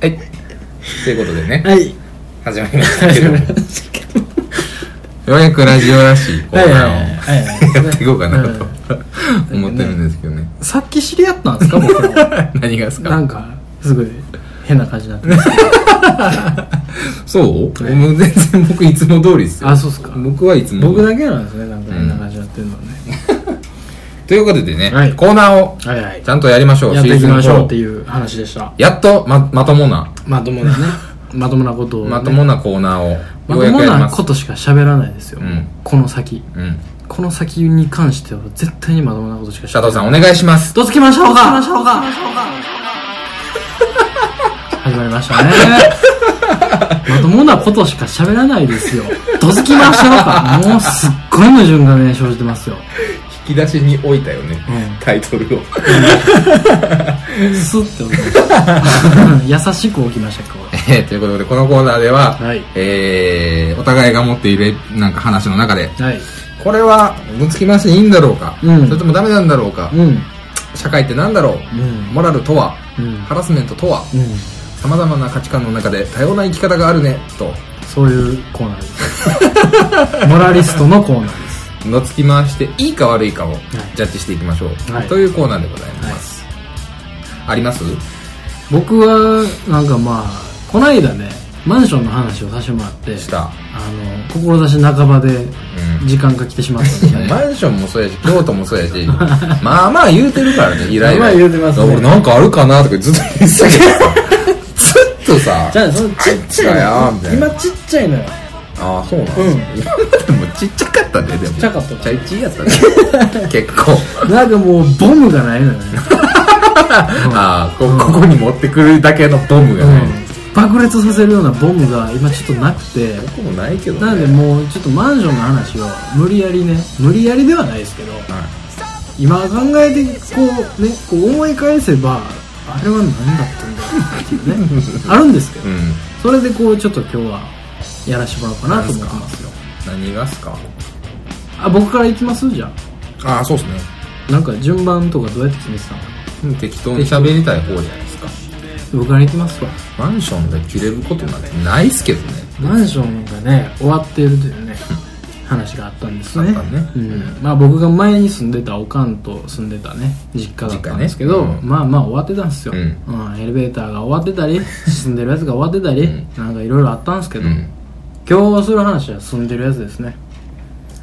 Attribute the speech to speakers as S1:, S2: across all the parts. S1: はいということでね
S2: はい
S1: 始まりました けどよ
S2: は
S1: うやくラジオらしいコー
S2: い
S1: ナ
S2: は
S1: ーをやっていこうかな
S2: はい
S1: と思ってるんですけどね
S2: さっき知り合ったんですか僕ら
S1: 何がですか
S2: なんかすごい変な感じになってます
S1: そう、もう全然僕いつも通りですよ
S2: あそうっすか
S1: 僕はいつも
S2: 僕だけなんですねなんか変な感じになってるのはね、
S1: ということでね、
S2: はい
S1: コーナーを
S2: はいはい
S1: ちゃんとやりましょう
S2: やっていきまし
S1: シーズ
S2: ょ
S1: ン
S2: う
S1: 4
S2: っていう話でした
S1: やっとままともな、
S2: まともなねまともなことをね、
S1: まともなコーナーをよ
S2: ま
S1: う
S2: と
S1: や
S2: も
S1: くやり
S2: な
S1: ます
S2: ことしか喋らないですよ、
S1: うん
S2: この先
S1: うん
S2: この先に関しては絶対にまともなことしか
S1: シャ
S2: 喋
S1: ド
S2: ら
S1: ウ
S2: な
S1: さ
S2: い
S1: んお願いします
S2: どつきましょうかどつきましょうか 始まりましたね。まともなことしか喋らないですよ。どつきましょうかもうすっごい矛盾がね、生じてますよ。
S1: 引き出しに置いたよね、
S2: うん
S1: タイトルを
S2: スッて置きました。優しく置きましたけど。
S1: えーということでこのコーナーでは、
S2: はい
S1: えーお互いが持っているなんか話の中で
S2: はい。
S1: これはぶつき回しでいいんだろうか、
S2: うん
S1: それともダメなんだろうか、
S2: うん。うん。
S1: 社会ってなんだろう、
S2: うん
S1: モラルとは、
S2: うん
S1: ハラスメントとはさまざまな価値観の中で多様な生き方があるねと
S2: そういうコーナーです。モラリストのコーナーです。
S1: のつき回していいか悪いかをジャッジしていきましょう、
S2: はい
S1: というコーナーでございます、あります
S2: 僕は、なんかまあ、こないだね、マンションの話をさせてもらって、
S1: した、
S2: あの、志半ばで
S1: うん
S2: 時間が来てしまったんで、ね。
S1: マンションもそうやし京都もそうやし まあまあ言うてるからね依頼は
S2: まあまあ言うてますね
S1: 俺なんかあるかなとかずっと言ってたけ どずっとさ
S2: じゃあそのちっちゃいの
S1: あいつかよみたいな
S2: 今ちっちゃいのよ
S1: ああそうなんですよ、今 までもちっちゃかったねでもち
S2: っちゃかった
S1: ちゃいちいやったね 結構
S2: なんかもうボムがないのよね、
S1: ああこここに持ってくるだけのボムがね、
S2: うん、爆裂させるようなボムが今ちょっとなくて
S1: 僕もないけどね
S2: なのでもうちょっとマンションの話を無理やりね無理やりではないですけど
S1: はい
S2: 今考えてこうねこう思い返せばあれは何だったんだろうっていう ねあるんですけど
S1: うん
S2: それでこうちょっと今日はやらしてもらおうかなと思ってますよ
S1: 何がっすか
S2: あ僕から行きますじゃあ
S1: ああそうですね
S2: なんか順番とかどうやって決めてたの
S1: うん適当に喋りたい方じゃないですか
S2: 僕から行きますわ
S1: マンションで切れることなんてないっすけどね
S2: マンションがね終わっているというね話があったんですね
S1: あったね
S2: うんまあ、僕が前に住んでたおかんと住んでたね実家だったんですけど、
S1: 実家ねうん
S2: まあまあ終わってたんですよ、
S1: う
S2: うんエレベーターが終わってたり住んでるやつが終わってたり、
S1: うん
S2: なんかいろいろあったんですけど、
S1: うん
S2: 今日する話は住んでるやつですね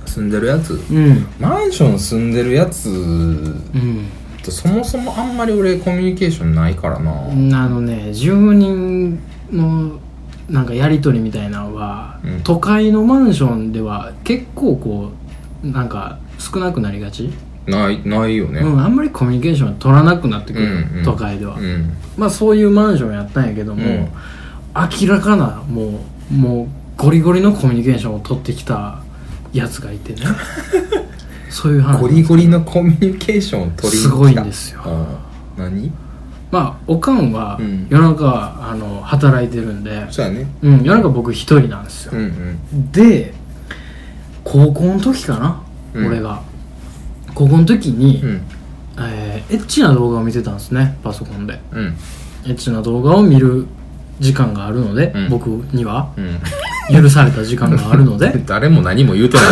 S1: 住んでるやつ
S2: うん
S1: マンション住んでるやつ
S2: う
S1: とそもそもあんまり俺コミュニケーションないからな、うん
S2: んあのね住人のなんかやり取りみたいなのは、
S1: うん
S2: 都会のマンションでは結構こうなんか少なくなりがち
S1: ないないよね、
S2: うん、あんまりコミュニケーションは取らなくなってくる、
S1: うんうん
S2: 都会では、
S1: うん
S2: まあそういうマンションやったんやけども、
S1: うん
S2: 明らかなもうもうゴリゴリのコミュニケーションを取ってきたやつがいて ねそういう話
S1: ゴリゴリのコミュニケーションを取りに来た
S2: すごいんですよ
S1: ああ何
S2: まあおかんは
S1: うん
S2: 夜中、あの働いてるんで、
S1: そうやね
S2: うん、夜中僕一人なんですよ
S1: うん、うん
S2: で高校の時かな、
S1: うん
S2: 俺が高校の時に、
S1: うん
S2: えーエッチな動画を見てたんですねパソコンで
S1: うん
S2: エッチな動画を見る時間があるので、
S1: うん
S2: 僕には
S1: うん
S2: 許された時間があるので
S1: 誰も何も言うてない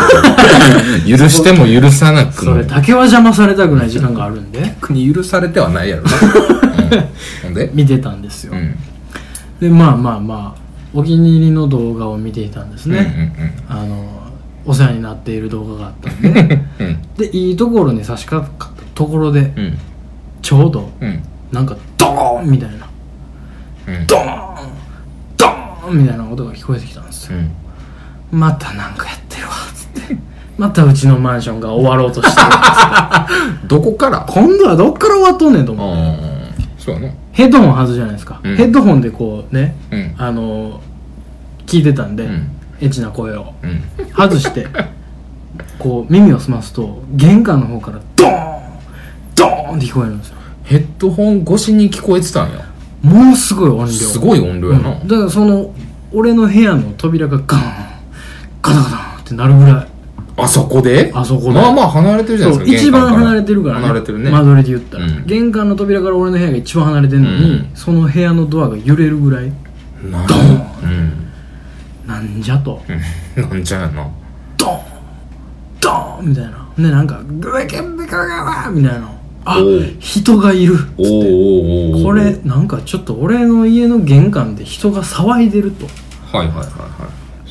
S1: けど 許しても許さなく
S2: そ
S1: も
S2: れだけは邪魔されたくない時間があるんで
S1: 逆に許されてはないやろな、うんほんで
S2: 見てたんですよ、
S1: うん
S2: でまあまあまあお気に入りの動画を見ていたんですね、あのお世話になっている動画があったんで
S1: うん うんうん
S2: でいいところに差し掛かったところで
S1: うん
S2: ちょうど
S1: うん
S2: なんかドーンみたいな
S1: うん
S2: ドーンドーンみたいな音が聞こえてきたんですよ
S1: うん
S2: またなんかやってるわつってまたうちのマンションが終わろうとしてる
S1: どこから
S2: 今度はどっから終わっとんねんと思う
S1: ああそうやな
S2: ヘッドホン外すじゃないですか、
S1: うん
S2: ヘッドホンでこうね、
S1: うん
S2: あのー聞いてたんで、
S1: うん
S2: エッチな声を
S1: うん
S2: 外してこう耳を澄ますと玄関の方からドーンドーンって聞こえるんですよ
S1: ヘッドホン越しに聞こえてたんや
S2: ものすごい音量
S1: すごい音量やな、
S2: うんだからその俺の部屋の扉がガーンガタガタンってなるぐらい
S1: あそこで
S2: あそこで
S1: まあまあ離れてるじゃない
S2: そう
S1: ですか玄
S2: 一
S1: 関
S2: 番離れてるからね
S1: 離れてるね
S2: 間取りで言ったら、
S1: うん
S2: 玄関の扉から俺の部屋が一番離れてるのに、
S1: うん
S2: その部屋のドアが揺れるぐらい
S1: な
S2: ドン
S1: うん
S2: なんじゃと
S1: うん なんじゃやな
S2: ドーンドーンみたいなでなんかグレケンベカガワみたいなあ
S1: おう
S2: 人がいる
S1: おーおーおー
S2: これなんかちょっと俺の家の玄関で人が騒いでると
S1: はいはいはいはい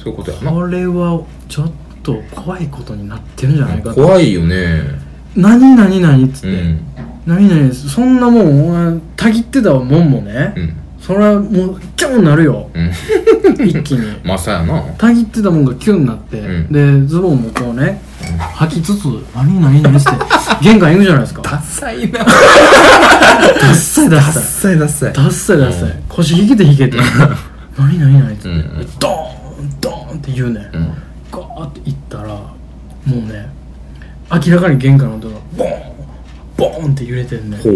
S1: そういうことやな
S2: これはちょっと怖いことになってるんじゃないかと
S1: 怖いよね
S2: 何何何っつっ
S1: う
S2: て、
S1: ん
S2: 何々ですそんなもんお前たぎってたわもんもね、
S1: うん
S2: それはもうキュンなるよ
S1: うん
S2: 一気に
S1: まあさやな
S2: たぎってたもんがキュンなって、
S1: うん
S2: でズボンもこうね履きつつ「何何何?」って玄関行くじゃないですかダ
S1: ダサいな
S2: ッサいダッサい
S1: サいダサい
S2: ダッサいダッサ
S1: う
S2: い腰引けて引けて何何何っつって、
S1: うんうん
S2: ドーンドーンって言うね
S1: う
S2: ん、
S1: ん
S2: ガーって行ったらもうね明らかに玄関のドアがボーンボーンって揺れてんねん
S1: ほう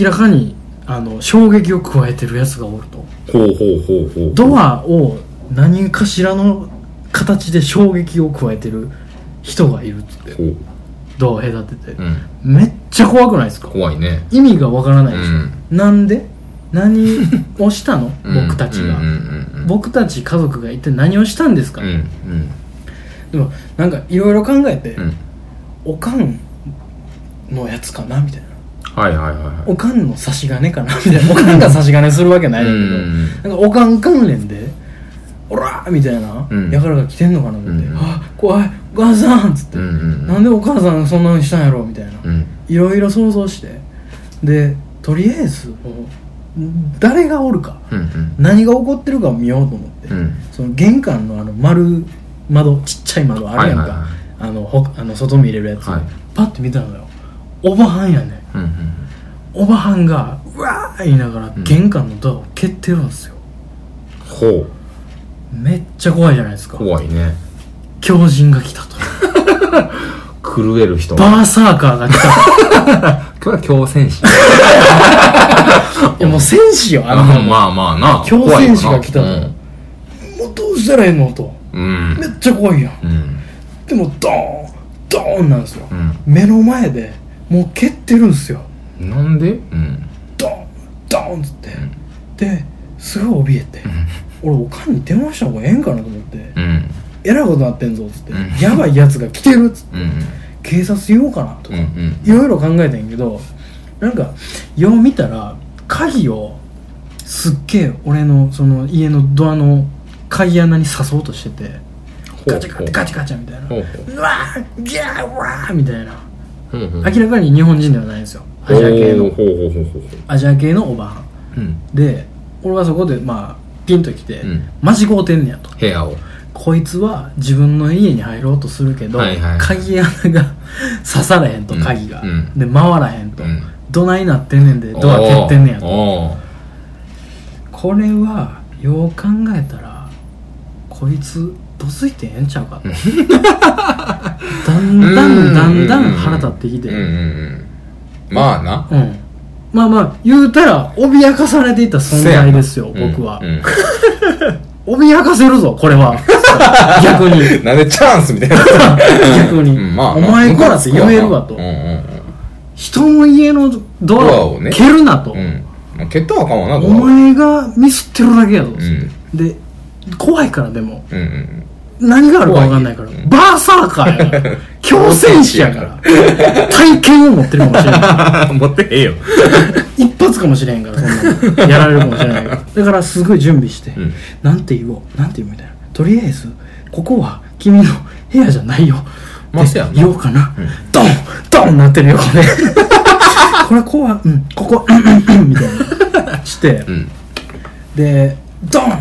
S2: 明らかにあの衝撃を加えてるやつがおると
S1: ほうほうほうほう
S2: ドアを何かしらの形で衝撃を加えてる人がいるっつって
S1: ほう
S2: ドア隔てて
S1: う、ん
S2: めっちゃ怖くないですか
S1: 怖いね
S2: 意味がわからな
S1: う
S2: いでしょ、
S1: ん
S2: なんで何をしたの
S1: うん
S2: 僕たちが、
S1: うんうん
S2: 僕たち家族が一体何をしたんですか、
S1: うんうん
S2: でもなんかいろいろ考えて、
S1: うんうん
S2: おかんのやつかなみたいな
S1: はいはいはいは
S2: おかんの差し金かな みたいなおかんが差し金するわけない
S1: い
S2: ねんだけど、なんかおかん関連で「おら!」みたいな、
S1: うん
S2: やからが来てんのかなと思って「
S1: うん
S2: あ怖いお母さん!」っつって、
S1: うんうん
S2: なんでお母さんそんなのしたんやろ?」みたいな、
S1: うん
S2: いろいろ想像してでとりあえずもう誰がおるか
S1: うんうん
S2: 何が起こってるかを見ようと思っ
S1: う
S2: て、
S1: ん
S2: その玄関のあの丸窓ちっちゃい窓あるやんか、
S1: はいはいはい
S2: あのほあの外見れるやつ、
S1: はい
S2: パッて見たのよおばはんやねん
S1: うん
S2: おばはんが「うわー!」言いながら
S1: うん
S2: 玄関のドアを蹴ってるんですよ、
S1: ほう
S2: めっちゃ怖いじゃないですか
S1: 怖いね
S2: 狂人が来たと
S1: 狂える人
S2: バーサーカーが来た
S1: 今日は強戦士
S2: と いやもう戦士よあ
S1: あ
S2: の、
S1: まあまあまあな
S2: 強戦士が来た
S1: 怖いよ
S2: もうどうしたらええのと
S1: なうん
S2: めっちゃ怖いやん
S1: うん
S2: でもドーンドーンなんですよ、
S1: うん
S2: 目の前でもう蹴ってるんですよ
S1: うんなんでうん
S2: ドーンドーンっつって、ですごい怯えて、俺おかんに電話した方がええんかなと思って、
S1: うん
S2: えらいことなってんぞっつって、
S1: うん
S2: やばいやつが来てるっつって
S1: うん
S2: 警察言おうかなと
S1: うんうん
S2: いろいろ考えたんやけどなんかよう見たら鍵をすっげえ俺のその家のドアの鍵穴に刺そうとしてて
S1: う
S2: ガチャガチャガチャガチャみたいな
S1: ほう
S2: うわーギャーうわーみたいな
S1: ほうほうほう
S2: 明らかに日本人ではないんですよアジア
S1: ほ
S2: 系
S1: う
S2: の
S1: ほうほうほうほ
S2: アジア系のおばはん
S1: ううん
S2: で俺はそこでまあピンときて、
S1: うん
S2: マジ豪邸んねやと
S1: 部屋を
S2: こいつは自分の家に入ろうとするけど、
S1: はいはい
S2: 鍵穴が 刺されへんと
S1: うん
S2: 鍵が、
S1: うん
S2: で回らへんと、
S1: うん
S2: どないなってんねんでドア蹴ってんねやと
S1: おー
S2: これはよう考えたらこいつどついてええんちゃうかと だ
S1: お
S2: ん
S1: ー
S2: だんだんだ
S1: うん
S2: 腹立ってきて
S1: うんう
S2: うん、
S1: んうんまあな
S2: まあまあ言うたら脅かされていた存在ですよ
S1: せやな
S2: 僕は
S1: う、んうん
S2: 脅かせるぞこ れは逆に
S1: なんでチャンスみたいな
S2: 逆に
S1: うんまあ
S2: お前からって言えるわと
S1: うんうん
S2: 人の家のドアを
S1: ドアをね
S2: 蹴るなと、
S1: うんうんまあ蹴ったらあかんわなド
S2: お
S1: アは
S2: 前がミスってるだけやぞ、
S1: ん
S2: で怖いからでも
S1: うんうん
S2: 何があるか分かんないから
S1: 怖い
S2: バーサーカーやから 強戦士やから体験を持ってるかもしれな
S1: 持ってへんよ。
S2: い一発かもしれんからそんなのやられるかもしれないからだからすごい準備して、
S1: ん
S2: なんて言おうなんて言うみたいなとりあえずここは君の部屋じゃないよ
S1: まあ
S2: って
S1: そうやんな
S2: 言おうかな、ドンドンなってるよこ れこれこうはうんここうんうんうんみたいなして、
S1: ん
S2: でドン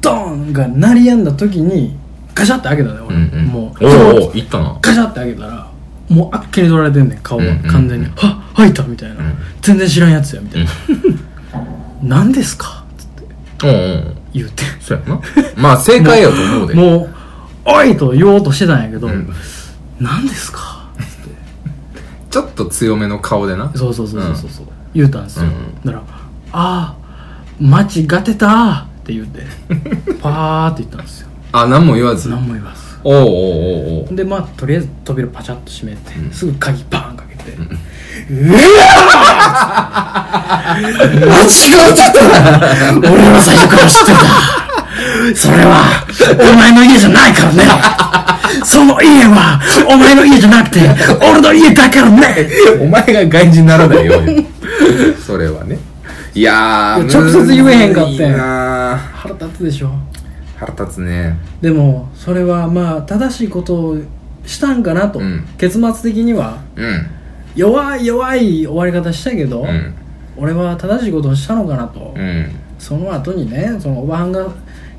S2: ドンが鳴りやんだ時にガシャって開けたね
S1: う
S2: 俺、
S1: んうん。
S2: もう
S1: おうおう、行ったな。
S2: ガシャって開けたらもうあっけに取られてんねん顔が
S1: うんうんうん
S2: 完全に「はっ開いた」みたいな、
S1: ん
S2: 全然知らんやつや」みたいな 「何ですか?」って
S1: おうんうん。
S2: 言うて
S1: そうやな。まあ、正解やと思うで。
S2: もう「おい!」と言おうとしてたんやけど
S1: ん
S2: 「何ですか?
S1: ちょっと強めの顔でな」。
S2: そうそうそうそうそう言うたんですよ
S1: うんうん
S2: だから「ああ間 違ってた」って言うてパーって言ったんですよ
S1: あ、何も言わず。
S2: 何も言わず
S1: おうおうおうおう
S2: でまあとりあえず扉パチャッと閉めて、
S1: うん
S2: すぐ鍵バーンかけて「うわー間違えてた俺は最初から知ってたそれはお前の家じゃないからねその家はお前の家じゃなくて俺の家だからね
S1: お前が外人ならないよ それはねいやー
S2: いや直接言えへんかったよ
S1: むずいな
S2: 腹立つでしょ
S1: ー腹立つね
S2: でもそれはまあ正しいことをしたんかなと、
S1: うん
S2: 結末的には
S1: うん
S2: 弱い弱い終わり方したけど、
S1: うん
S2: 俺は正しいことをしたのかなと、
S1: うん
S2: その後にねそのおばはんが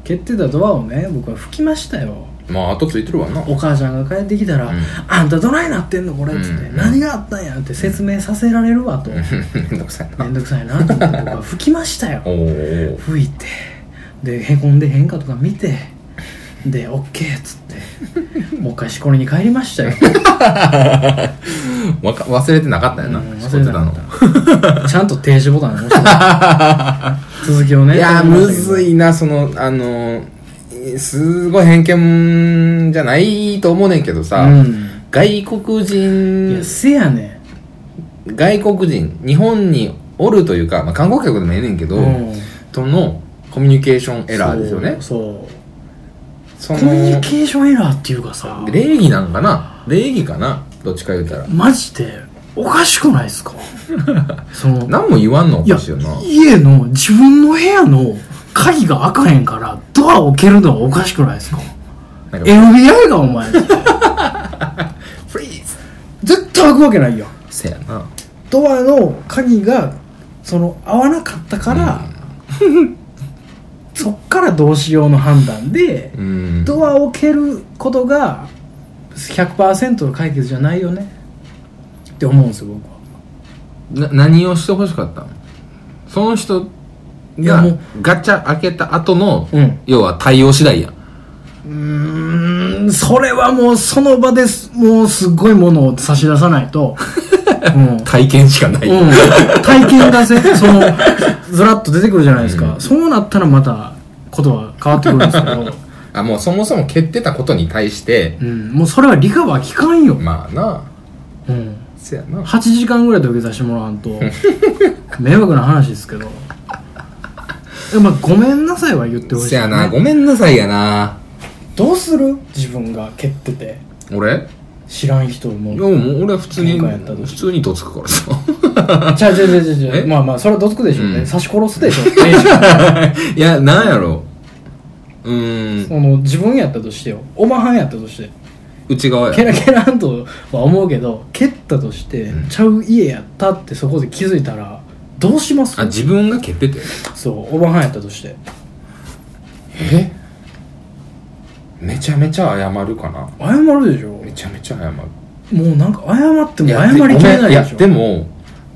S2: 蹴ってたドアをね僕は拭きましたよ
S1: まあ後ついてるわな
S2: お母ちゃんが帰ってきたら
S1: う
S2: 「
S1: ん
S2: あんたどないなってんのこれ」っつって、
S1: うん
S2: 何があったんや」って説明させられるわと、
S1: めんどくさい
S2: め
S1: なん
S2: どくさいなと思って僕は拭きましたよ
S1: おー
S2: 拭いてでへこんでへんかとか見てでオッケーっつってもう一回しこりに帰りま したよ
S1: わか忘れてなかったよな
S2: うん
S1: しこってたの
S2: 忘れなかったちゃんと停止ボタン押し て続きをね
S1: いやー
S2: 撮りま
S1: む
S2: したけど
S1: ずいなそのあのーすごい偏見じゃないと思うねんけどさ、
S2: うん
S1: 外国
S2: い
S1: 人
S2: やせやね
S1: 外国人日本におるというか、まあ、観光客でもええねんけ
S2: ん
S1: ど、
S2: うん
S1: とのコミュニケーションエラーですよね
S2: そう
S1: そ
S2: そう
S1: の
S2: コミュニケーションエラーっていうかさ
S1: 礼儀なんかな礼儀かなどっちか言うたら
S2: マジでおかしくないです かその
S1: 何も言わんのお
S2: いや
S1: かしいよな
S2: 家の自分の部屋の鍵が開かへんからドアを開けるのはおかしくないですか
S1: なんか
S2: FBI がお前
S1: フリーズ
S2: 絶対開くわけないやん
S1: せやな
S2: ドアの鍵がその合わなかったから、 そっからどうしようの判断で、
S1: うん
S2: ドアを蹴ることが100%の解決じゃないよねって思うんですよ僕は
S1: な何をしてほしかったのその人
S2: いや
S1: が
S2: もう
S1: ガチャ開けた後の、
S2: うん
S1: 要は対応次第やん
S2: うんそれはもうその場ですもうすっごいものを差し出さない と、うん
S1: 体験しかない、
S2: うん、体験がせそのずらっと出てくるじゃないですか、そうなったらまたことは変わってくるんですけ ど、
S1: あもうそもそも蹴ってたことに対して
S2: うん、もうそれは理科は効かんよ、
S1: まあな
S2: うん、
S1: せやな
S2: 8時間ぐらいで受けさせてもらわんと 迷惑な話ですけどでもまあごめんなさいは言ってほしい、
S1: せやなごめんなさいやな
S2: どうする自分が蹴ってて
S1: 俺
S2: 知らん人も
S1: いやもう俺は普通に
S2: 喧嘩やったと
S1: 普通にとつくからさ
S2: ちゃうちゃうちゃうちゃうちゃう
S1: え
S2: まあまあそれはどつくでしょうね、
S1: うん
S2: 刺し殺すでしょ うね
S1: いやなんやろうーん
S2: その自分やったとしてよおばはんやったとして
S1: 内側や
S2: ケラケラんとは思うけど蹴ったとして、
S1: うん
S2: ちゃう家やったってそこで気づいたらどうします
S1: あ自分が蹴ってて
S2: そうおばはんやったとして
S1: えめちゃめちゃ謝るかな
S2: 謝るでしょ
S1: めちゃめちゃ謝る
S2: もうなんか謝っても
S1: で
S2: 謝りきれ
S1: ごめん
S2: ないでし
S1: や
S2: ょ
S1: でも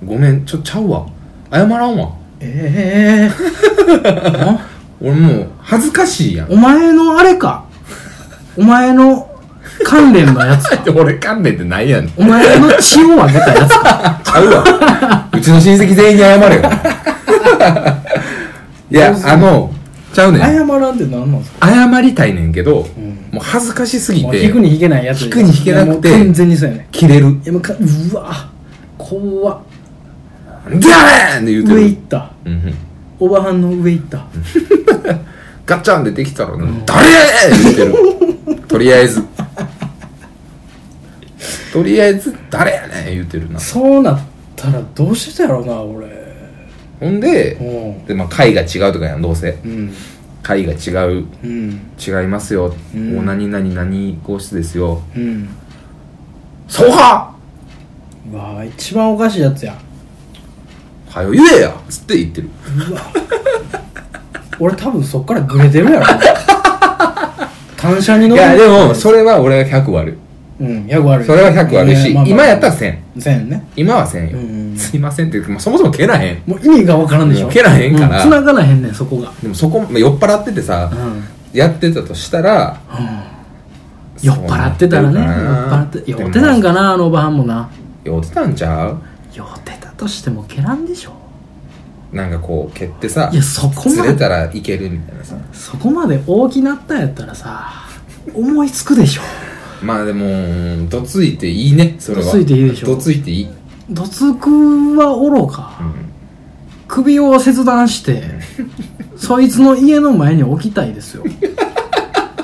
S1: ごめんちょちゃうわ謝らんわ
S2: ええあ
S1: 俺もう恥ずかしいやん
S2: お前のあれかお前の関連のや つか
S1: 俺勘弁ってないやんち
S2: お前の血をあげたやつか
S1: ゃう わうちの親戚全員に謝れ よいやあのちゃうねん
S2: 謝らんって何なんですか
S1: 謝りたいねんけど、
S2: ん
S1: もう恥ずかしすぎ
S2: もう
S1: て
S2: 引くに引けないやつ
S1: 引くに引けなくて
S2: いやもう完全にそうやね
S1: 切れる
S2: いやもうかうわ怖っ
S1: 「ギャーン!」って言うて
S2: 上
S1: る
S2: 行った
S1: うんうん
S2: おばはんの上行った
S1: ガッチャンでできたら、誰やねん言ってる。 とりあえず。とりあえず、誰やねん言ってるな。
S2: そうなったらどうしてたやろうな俺
S1: ほんで、
S2: う
S1: で、まあ、階が違うとかやん、どうせ。
S2: ん
S1: 階が違う、
S2: うん
S1: 違いますよ。
S2: うん
S1: お何々何号室ですよ。
S2: うん
S1: そうか
S2: うわ一番おかしいやつや
S1: はよ言えやつって言ってる。
S2: 俺多分そっからグレ てるやろ単車に
S1: い
S2: 乗る
S1: や、でも、それは俺は100悪い。
S2: うん100悪い
S1: それは100悪いし、
S2: ねまあまあ
S1: 今やったら1000。
S2: せんね
S1: 今は1000よ。
S2: うん
S1: すいませんって言って、まあ、そもそも蹴らへん。
S2: もう意味が分からんでしょ
S1: もう蹴らへんから
S2: うん繋がらへんねんそこが
S1: でもそこ、まあ酔っ払っててさ
S2: う、ん
S1: やってたとしたら、
S2: 酔っ払ってたらね
S1: そ
S2: 酔
S1: う
S2: っ
S1: な
S2: 払
S1: ん
S2: っ
S1: だ
S2: て酔ってたんかなあのおばはんもな
S1: 酔ってたんちゃう
S2: 酔ってたとしても蹴らんでしょ
S1: なんかこう蹴ってさ
S2: いやそこま
S1: ず
S2: で
S1: れたらいけるみたいなさ
S2: そこまで大きなったんやったらさ思いつくでしょ
S1: まあでもどついていいねそれは
S2: どついていいでしょ
S1: どついていい、
S2: どつくはおろか
S1: うん、
S2: 首を切断 してそいつの家の前に置きたいですよ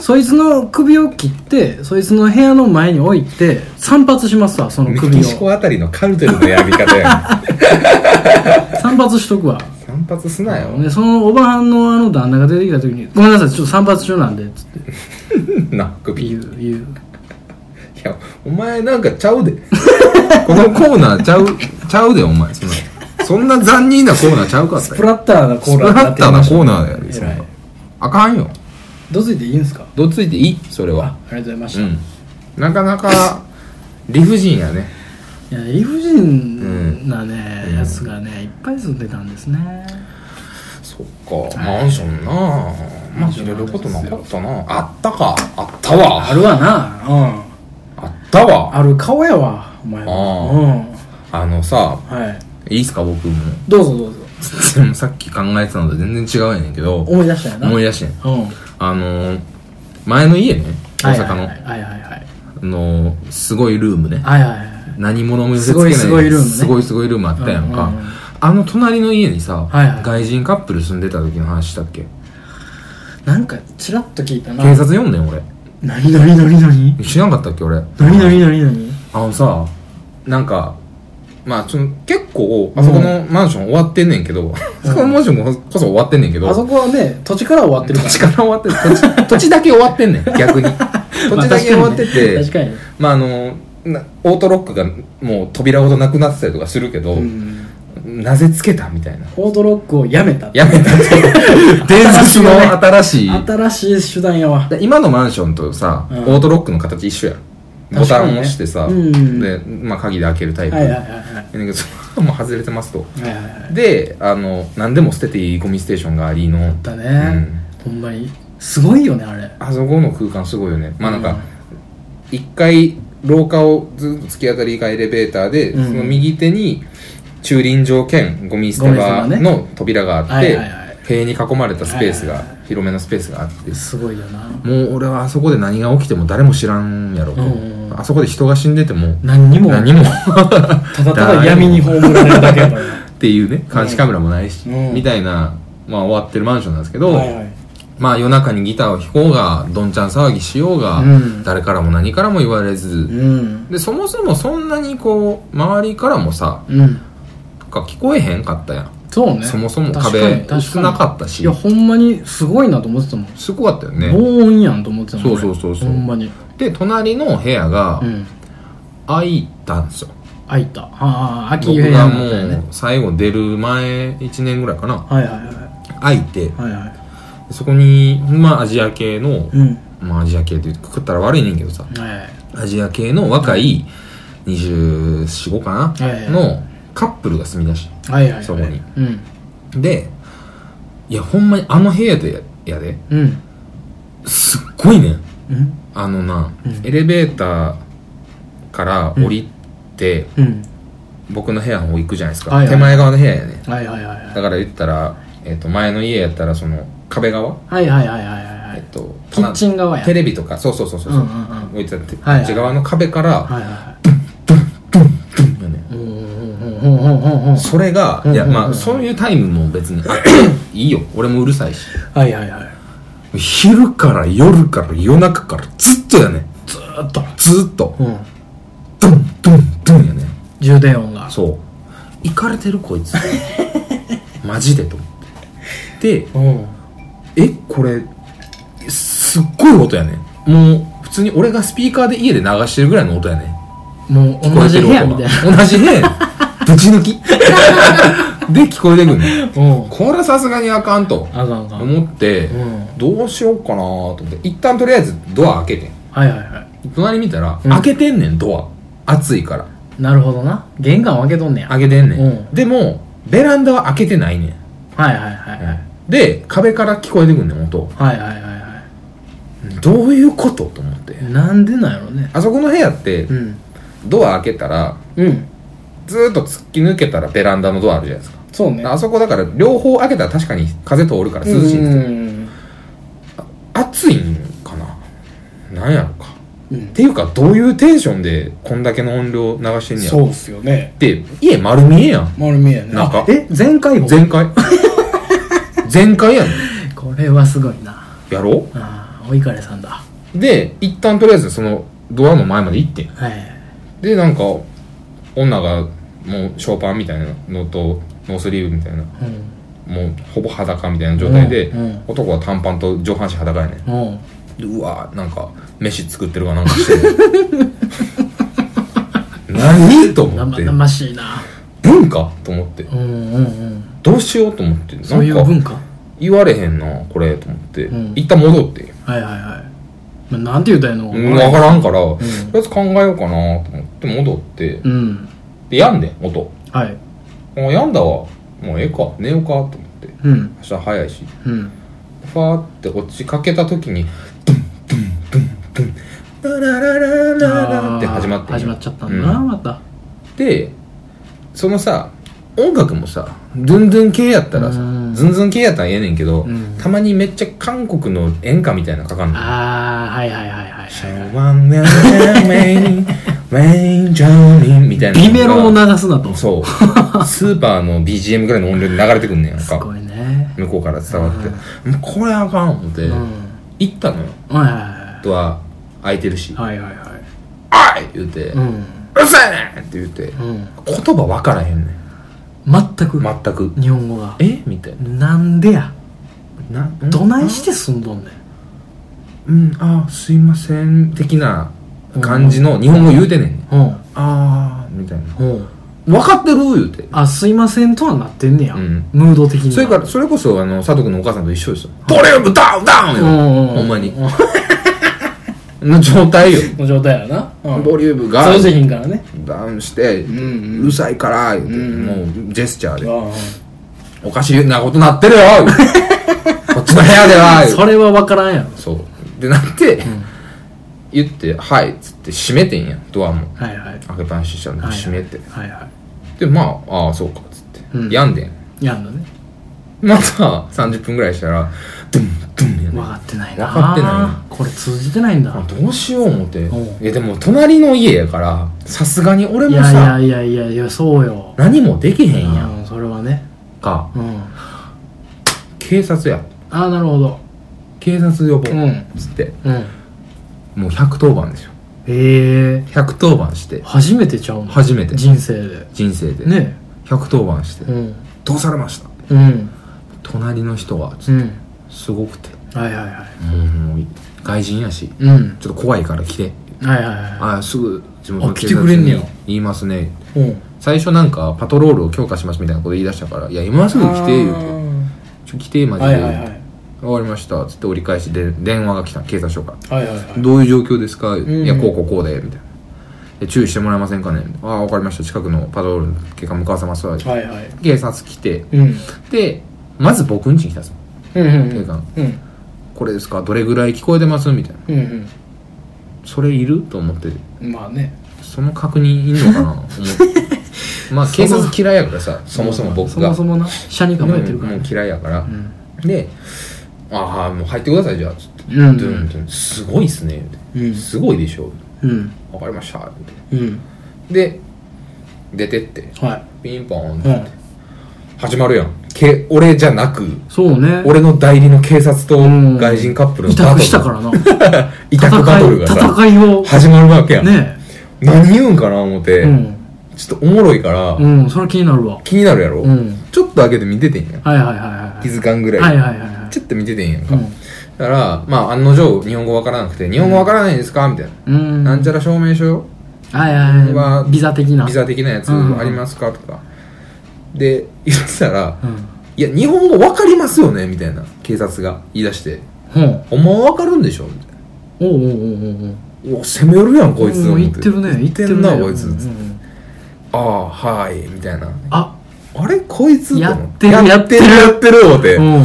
S2: そいつの首を切ってそいつの部屋の前に置いて散髪しますわその
S1: メ
S2: 首を
S1: キシコあたりのカルテルのやり方やね
S2: 散髪しとくわ
S1: 散髪すなよ
S2: でそのおばはんのあの旦那が出てきた時に「ごめんなさいちょっと散髪中なんで」っつって
S1: な首い
S2: 言う言う
S1: やお前なんかちゃ うでこのコーナーちゃうちゃうでお前そんなそんな残忍なコーナーちゃうかった
S2: スプ
S1: よ
S2: ラッターなコー
S1: スプ
S2: ラに
S1: ラッ
S2: って
S1: ター
S2: みま
S1: な
S2: し
S1: コ
S2: た
S1: ーナーやでそん
S2: 偉
S1: ないあかんよ
S2: どついていいんすか
S1: どついていいそれは
S2: ありがとうございまし
S1: う
S2: た、
S1: んなかなか理不尽やね
S2: いや理不尽なね、やつがねいっぱい住んでたんですね
S1: そっかマンションなまあ入れることなかったなあったかあったわ
S2: あるわなうん
S1: あったわ
S2: ある顔やわお前は
S1: あのさ
S2: うんはい
S1: いいっすか僕も
S2: どうぞどうぞ
S1: それもさっき考えてたのと全然違うやねんけど
S2: 思い出したやな
S1: 思い
S2: 出
S1: 出してん
S2: うん
S1: あのー前の家ね大阪の、
S2: はいはいはい
S1: あのーすごいルームね
S2: はいはいはい
S1: 何者も寄せ付けない
S2: すごいすごいルームね
S1: すごいすごいルームあったやんか、
S2: うんうんうん
S1: あの隣の家にさ、
S2: はいはい
S1: 外人カップル住んでた時の話したっけ
S2: なんかチラッと聞いたな
S1: 警察呼んでん俺
S2: なになになになに
S1: 知らんかったっけ俺
S2: なになになになに
S1: あのさなんかまあその結構あそこのマンション終わってんねんけど、あそこのマンションこそ終わってんねんけど、
S2: あそこはね土地から終わってるか
S1: 土地から終わって土地土地だけ終わってん ねん逆に土
S2: ら
S1: 地だけ終わってて、
S2: まあ確かにね
S1: まああのなオートロックがもう扉ほどなくなってたりとかするけど、
S2: 確かにうん
S1: なぜつけたみたいな
S2: オードロックをやめた
S1: やめ たっていう伝説の新しい
S2: 新しい手段やわ
S1: で今のマンションとさ、
S2: うん
S1: オートロックの形一緒やんボ
S2: 確
S1: タ
S2: かにね
S1: ンを押してさ、
S2: うん
S1: で、まあ、鍵で開けるタ
S2: は
S1: イ
S2: い
S1: プ、
S2: はいはいはい
S1: だけどそれはもう外れてますと
S2: はいはいはい
S1: であの何でも捨てていいゴミステーションがありの
S2: だね、ほんまにすごいよねあれ
S1: あそこの空間すごいよねまあなんか一回廊下をずっと突き当たりがエレベーターで、
S2: うん
S1: その右手に駐輪場兼ゴミ捨
S2: ゴ
S1: て
S2: ミ捨て場
S1: 場
S2: ね
S1: の扉があって、
S2: はいはいはい
S1: 塀に囲まれたスペースが、
S2: はいは
S1: 広めのスペースがあって
S2: すごいよな
S1: もう俺はあそこで何が起きても誰も知らんやろと、
S2: うんうん
S1: あそこで人が死んでても
S2: 何にも
S1: 何も
S2: ただただ闇に葬られるだけやからな
S1: っていうね監視カメラもないし、
S2: うん
S1: みたいな、まあ、終わってるマンションなんですけど、
S2: はいはい
S1: まあ夜中にギターを弾こうがどんちゃん騒ぎしようが、
S2: うん
S1: 誰からも何からも言われず、
S2: うん
S1: でそもそもそんなにこう周りからもさ
S2: うん
S1: なんか聞こえへんかったやん、
S2: そうね
S1: そもそも
S2: 確かに
S1: 壁
S2: 確かに
S1: 薄なかったし
S2: いやほんまにすごいなと思ってたもん
S1: すごかったよね
S2: 防音やんと思ってたもん
S1: そう
S2: 俺
S1: そうそうそう
S2: ほんまに
S1: で隣の部屋が
S2: うん
S1: 開いたんですよ、
S2: 開いたああ秋
S1: 僕
S2: 部
S1: が
S2: 屋
S1: も
S2: みたいな
S1: う
S2: ね
S1: 最後出る前1年ぐらいかな
S2: はいはいは
S1: 開いて
S2: いはいは
S1: そこにまあアジア系の
S2: い、うん
S1: まあアジア系って言ってくくったら悪いねんけどさ
S2: はいはい
S1: アジア系の若い245か
S2: はいはい
S1: なのカップルが住みだし
S2: はいはいはい
S1: そこに
S2: うん
S1: でいやほんまにあの部屋でやで
S2: うん
S1: すっごいねん
S2: うん
S1: あのな、
S2: うん
S1: エレベーターから降りて、
S2: うん
S1: 僕の部屋の方行くじゃないですか、
S2: はいはい
S1: 手前側の部屋やね
S2: はいはいはいはい
S1: だから言ったら、えっと前の家やったらその壁側、
S2: はいはいはいはいはいは
S1: えっ
S2: い
S1: と
S2: キッチン側や
S1: テレビとかそうそうそうそうう、
S2: ん
S1: う
S2: うんうん
S1: 置いてたってこ
S2: はいはい
S1: っち側の壁から、
S2: はいはいはい
S1: よね
S2: うんうんうんうんうんうん
S1: それが、
S2: うん
S1: いや
S2: うん
S1: ま
S2: う
S1: あ
S2: ん
S1: そういうタイムも別に いいよ俺もうるさいし
S2: はいはいはい
S1: 昼から夜から夜中からずっとやね
S2: ずーっと
S1: ずっと
S2: うん
S1: ドンドンドンやね
S2: 充電音が
S1: そう行かれてるこい つマジでと思ってで
S2: うん
S1: えこれすっごい音やねもう普通に俺がスピーカーで家で流してるぐらいの音やね
S2: もう同じ部屋みたいな
S1: な同じ部屋やね ぶち抜 きで聞こえてくるね
S2: うん
S1: これはさすがにあかんと
S2: あかんあかん
S1: 思って、
S2: うん
S1: どうしようかなと思って一旦とりあえずドア開けてん
S2: はいはいは
S1: 隣見たら、
S2: うん
S1: 開けてんねんドア暑いから
S2: いなるほどな玄関を開けとんねやは
S1: 開けてんねん、
S2: うん
S1: でもベランダは開けてないねん
S2: いはいはいはい
S1: で壁から聞こえてくんねん音
S2: はいはいはいは
S1: どういうことと思って
S2: いなんでなんやろね
S1: あそこの部屋って
S2: うん
S1: ドア開けたら
S2: うん
S1: ずーっと突き抜けたらベランダのドアあるじゃないですか
S2: そうね
S1: あそこだから両方開けたら確かに風通るから涼しいんですよ
S2: うん
S1: 暑いんかななんやろか、
S2: うん
S1: っていうかどういうテンションでこんだけの音量流してんねや
S2: そうっすよね
S1: で家丸見えやん
S2: 丸見えやね
S1: なんか
S2: あえ全開放
S1: 全 開全開やん
S2: これはすごいな
S1: やろ
S2: あーおいかれさんだ
S1: で一旦とりあえずそのドアの前まで行ってん
S2: はい
S1: でなんか女がもうショーパンみたいなのとノースリーブみたいな
S2: うん
S1: もうほぼ裸みたいな状態で、
S2: うんうん
S1: 男は短パンと上半身裸やねん
S2: も
S1: でうわーなんか飯作ってるかなんかして る何と
S2: う
S1: 思っ
S2: 生
S1: て
S2: 々しいな
S1: 文化と思って
S2: うんうんうん
S1: どうしようと思ってなんか
S2: そういう文化
S1: 言われへんなこれと思って、
S2: うん
S1: 一旦戻って、
S2: はいはいはいまあなんて言うたらいいの
S1: うん、分からんから、とり
S2: ん
S1: あえず考えようかなと思って戻って、
S2: うん
S1: で病んでん音
S2: はい
S1: あ病んだわもうええか寝ようかと思って
S2: うん
S1: 明日早いし
S2: うん
S1: ファーって落ちかけた時にドンドンドンドンララララララって始まってんよ
S2: 始まっちゃったんだな、
S1: う
S2: また
S1: でそのさ音楽もさズンズン系やったらさ
S2: うん
S1: ズンズン系やったらええねんけど、
S2: うん
S1: たまにめっちゃ韓国の演歌みたいなのかかんの
S2: ああはいはいはいはい
S1: シャワンメンメンメンジョニーみたいなのが
S2: ビメロを流すなとす
S1: そう スーパーの BGM ぐらいの音量で流れてくんねんやんか
S2: ごいね
S1: 向こうから伝わって、
S2: うん
S1: もうこれあかん思って、
S2: うん
S1: 行ったのよ
S2: は
S1: ドア開いてるし
S2: いはいはいはいはい
S1: 「あい!」言うて「う
S2: うん
S1: るせえねん!」って言って
S2: うん
S1: 言葉分からへんねん
S2: 全く
S1: 全く
S2: 日本語が
S1: えみたい
S2: なんでや
S1: なな
S2: どないして住んどんね
S1: う
S2: ん
S1: んあーすいません的な感じの日本語言うてんねん、
S2: うん
S1: ああみたいな
S2: うん
S1: 分かってる言うて
S2: あすいませんとはなってんねや、
S1: うん
S2: ムード的には
S1: それからそれこそあの佐藤君のお母さんと一緒ですよボリュームダウンダウン
S2: うんうんう
S1: よほんまに
S2: うん
S1: の状態よ
S2: の状態やな、うん、
S1: ボリュームが
S2: そうせへんからね
S1: ダウンして
S2: んうん
S1: うるさいから言うて
S2: うん
S1: もうジェスチャー
S2: う
S1: で
S2: んうん
S1: おかしいなことなってるよ言 うてこっちの部屋では言うて
S2: それは分からんやろ
S1: そうでなって言って「はい」っつって閉めてんやドアも
S2: はいはい
S1: 開けっぱなしにしたんで
S2: はい
S1: 閉めて
S2: はいは
S1: でまあああそうかっつって、
S2: うん
S1: 病んでん
S2: いやんのね
S1: また30分ぐらいしたらドゥンドゥンやね
S2: 分かってないな
S1: 分かってない
S2: これ通じてないんだ
S1: あどうしよう思って
S2: おう
S1: いやでも隣の家やからさすがに俺
S2: い
S1: もさ
S2: やいやいやいやいやそうよ
S1: 何もできへんやん
S2: うんそれはね
S1: か
S2: うん
S1: 警察や
S2: ああなるほど
S1: 警察呼ぼう、
S2: うん
S1: つって
S2: うん
S1: もう110番ですよ
S2: へえ
S1: 110番して
S2: 初めてちゃうの
S1: 初めて
S2: 人生で
S1: 人生で、
S2: ね
S1: 110番して、
S2: うん
S1: どうされました
S2: うん
S1: 隣の人がつ
S2: う
S1: って
S2: ん
S1: すごくて
S2: はいはいはい
S1: もうもう外人やし
S2: うん
S1: ちょっと怖いから来て
S2: はいはいは
S1: ああすぐ地元の
S2: あ来てくれんねや
S1: 警察に言いますね
S2: いうん
S1: 最初なんかパトロールを強化しますみたいなこと言い出したから「いや今すぐ来て」言うて「ちょ来てマジ
S2: は
S1: で」
S2: いはいはい
S1: 終わりました」つって折り返しで電話が来た警察署から
S2: はいはい
S1: 「どういう状況ですか?」「
S2: ん
S1: いやこうこうこうで」みたいなで「注意してもらえませんかね?」ああ分かりました近くのパトロールの警官向かわせますわ」
S2: はいはいはい
S1: 警察来て
S2: うん
S1: でまず僕ん家に来たんですよ
S2: うんうん
S1: 警官
S2: うん
S1: 「これですかどれぐらい聞こえてます?」みたいな
S2: うん
S1: 「それいる?」と思って
S2: うんまあね
S1: その確認いんのかな思 ってまあ警察嫌いやからさそもそも僕
S2: そ
S1: が
S2: もそもな車に構えてるから
S1: もう
S2: ね
S1: 嫌いやから、
S2: ん
S1: で「ああもう入ってくださいじゃあ」つって
S2: う
S1: ドゥン
S2: ん
S1: ドゥンすごいっすね」言うて
S2: うん
S1: すごいでしょ」
S2: うん
S1: わかりました」言うて
S2: うん
S1: で出てって
S2: はい
S1: ピンポンって、
S2: うん
S1: 始まるやんけ俺じゃなく
S2: そうね
S1: 俺の代理の警察と外人カップルの
S2: 委
S1: バトル
S2: 託したからな
S1: 委託バトルが
S2: 戦い
S1: さ
S2: 戦いを
S1: 始まるわけやん、
S2: ね
S1: 何言うんかな思って、
S2: えうん
S1: ちょっとおもろいから、
S2: うんそれ気になるわ
S1: 気になるやろ、
S2: うん
S1: ちょっと開けて見ててんやん
S2: はいはいはいは
S1: 気づかんぐら
S2: い
S1: い、
S2: はいはいはいはい
S1: ちょっと見ててんやんか、
S2: うん
S1: だからまあ案の定日本語わからなくて「日本語わからないんですか?」みたいな、
S2: うん
S1: なんちゃら証明書
S2: はいはい
S1: は
S2: はいビザ的な
S1: ビザ的なやつ
S2: うん
S1: ありますか?」とかで言ってたら「
S2: うん
S1: いや日本語わかりますよね」みたいな警察が言い出して
S2: ほう
S1: 「お前わかるんでしょ?」みたいな
S2: おうおうおうおうお
S1: 「
S2: う
S1: お攻めるやんこいつ」
S2: うん
S1: 思
S2: 言ってるね
S1: 言
S2: 言
S1: っ
S2: ってて
S1: ん
S2: る
S1: な
S2: ね
S1: こいつ」
S2: うんうんうん
S1: ああはい」みたいな「
S2: あ
S1: あれこいつ」
S2: や
S1: と思
S2: ってる
S1: やってるやってる思って
S2: うん
S1: な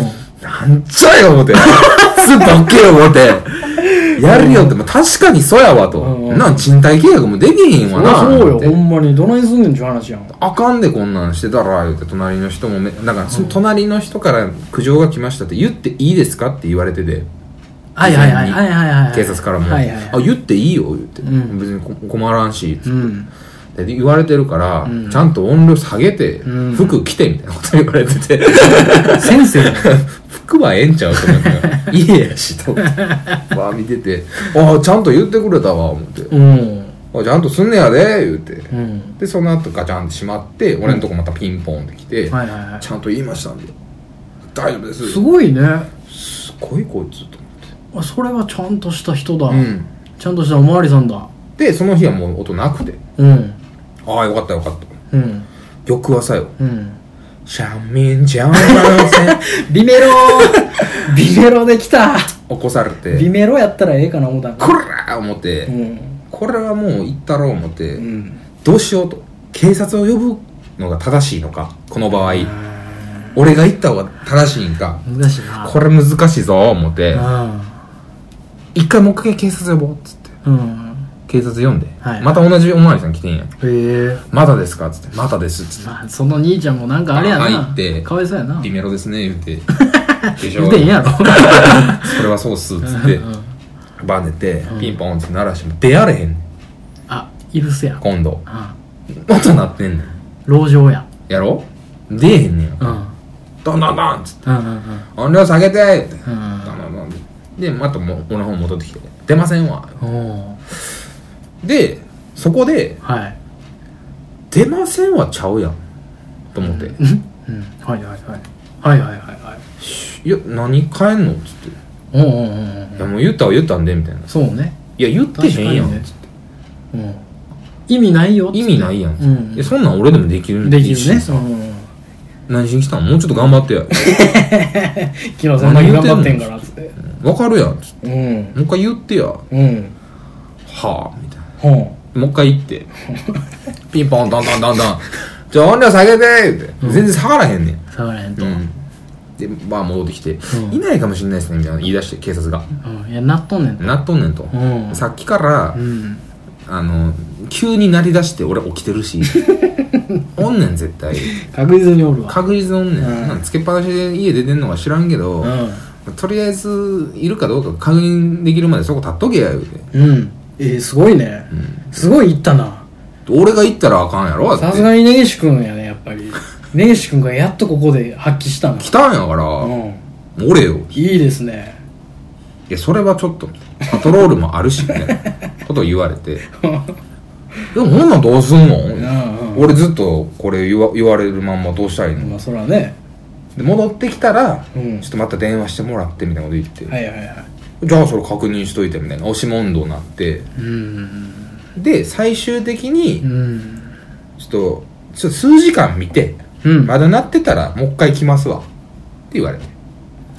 S1: んちゃよ思 て。すどけよ思て。やるよって、まあ確かにそうやわと。
S2: うんうん
S1: なん賃貸契約もできへんわな。
S2: そうよ
S1: って
S2: ほんまにどないすんねんちゅう話やん
S1: あかんでこんなんしてたら、言って隣の人もめ、だからその隣の人から苦情が来ましたって言っていいですかって言われてて。
S2: はいはいはいはいはいはいはい
S1: 警察からも、
S2: はいはいはい
S1: あ言っていいよ言って、
S2: ん
S1: 別にこ困らんし、
S2: うん
S1: で言われてるから、ちゃんと音量下げて、
S2: うん
S1: 服着てみたいなこと言われて て
S2: 先生だ
S1: 服はええんちゃうと思って 家やしと思ってわあ見てて「ああちゃんと言ってくれたわ」思って
S2: うん
S1: 「あちゃんとすんねやで」言うて、
S2: うん
S1: でその後ガチャンって閉まって俺のとこまたピンポンって来て、
S2: はいはいは
S1: ちゃんと言いましたんで大丈夫です
S2: いすごいねあ
S1: すごいこいつと思って
S2: それはちゃんとした人だ、
S1: うん
S2: ちゃんとしたおまわりさんだ
S1: でその日はもう音なくて
S2: うん
S1: ああよかったよかった
S2: うん
S1: 翌朝よ
S2: うん
S1: シャンミンジャンマンセン
S2: ビメロビメロできた
S1: 起こされ
S2: ビ
S1: て
S2: メロやったらええかな思ったん
S1: こらー思って、
S2: うん
S1: これはもう行ったろう思って、
S2: うん
S1: どうしようと警察を呼ぶのが正しいのかこの場合俺が行った方が正しいんか
S2: 難しいな
S1: これ難しいぞ思って一回もう一回警察呼ぼうっつって
S2: うんうん
S1: 警察呼んで、
S2: はい
S1: また同じおまわりさん来てんや
S2: へえ
S1: まだですかっつってまだですっつって
S2: まあその兄ちゃんもなんかあれや
S1: あ
S2: な
S1: 入って
S2: かわいそうやな
S1: リメロですね言う てでしょ
S2: 言うてへんやろ
S1: それはそうっすっつって
S2: うん
S1: バネてピンポンって鳴らしても出られへんねん
S2: あイブスや
S1: 今度
S2: うん
S1: 音鳴ってんねん
S2: 籠城や
S1: やろ出えへんねん
S2: うんう
S1: よ
S2: ん
S1: どんどんどんっつって
S2: うんうん
S1: 音量下げてって
S2: うん
S1: どんどんどんでまたもう俺の方戻ってきて出ませんわ
S2: おー
S1: でそこで
S2: はい
S1: 出ませんはちゃうやんと思って
S2: うんうんはいはいはいはいはいはいはい
S1: 「いや何変えんの?」っつって「
S2: おうんうんうんうん
S1: いやもう言ったは言ったんで」みたいな
S2: そうね
S1: 「いや言ってへんやん」っつって
S2: うん意味ないよ
S1: 意味ないやんっつって、
S2: うん
S1: いやそんなん俺でもできる
S2: できる
S1: し
S2: ねその
S1: 何しに来たんもうちょっと頑張ってや
S2: キラさんだけ頑張ってんからっつって
S1: わかるやんっつって
S2: うん
S1: もう一回言ってや
S2: うん
S1: はあみたいな
S2: ほん
S1: もう一回行ってピンポンドンドンドンドンじゃあ音量下げて言って全然下がらへんねん、
S2: 下がらへんと
S1: う、
S2: うん
S1: でまあ戻ってきて、
S2: ん
S1: いないかもしれないですねみたいなの言い出して警察が
S2: んいやなっとんねん
S1: なっとんねんと、
S2: うん
S1: さっきから、
S2: うん
S1: あの急に鳴り出して俺起きてる しおんねん絶対
S2: 確実におるわ
S1: 確実におんねん、
S2: うん
S1: なんかつけっぱなしで家出てんのか知らんけど、とりあえずいるかどうか確認できるまでそこ立っとけや言うて、
S2: うんうんえーすごいね
S1: うん
S2: すごい行ったな
S1: 俺が行ったらあかんやろだ
S2: さ
S1: っ
S2: す
S1: て
S2: がに根岸君やねやっぱ り根岸君がやっとここで発揮したの
S1: 来たんやから、
S2: うん
S1: 俺よ
S2: いいですね
S1: いやそれはちょっとパトロールもあるしみたいな ことを言われてでもそんなんどうすんの、
S2: んうん
S1: 俺ずっとこれ言わ言われるまんまどうしたらいいの
S2: まあそらね
S1: で戻ってきたら、
S2: うん
S1: ちょっとまた電話してもらってみたいなこと言って、
S2: はいはいはい
S1: じゃあそれ確認しといてみたいな押し問答になって
S2: うん
S1: で最終的に
S2: うん
S1: ちょっとちょっと数時間見て、
S2: うん
S1: まだなってたらもう一回来ますわって言われて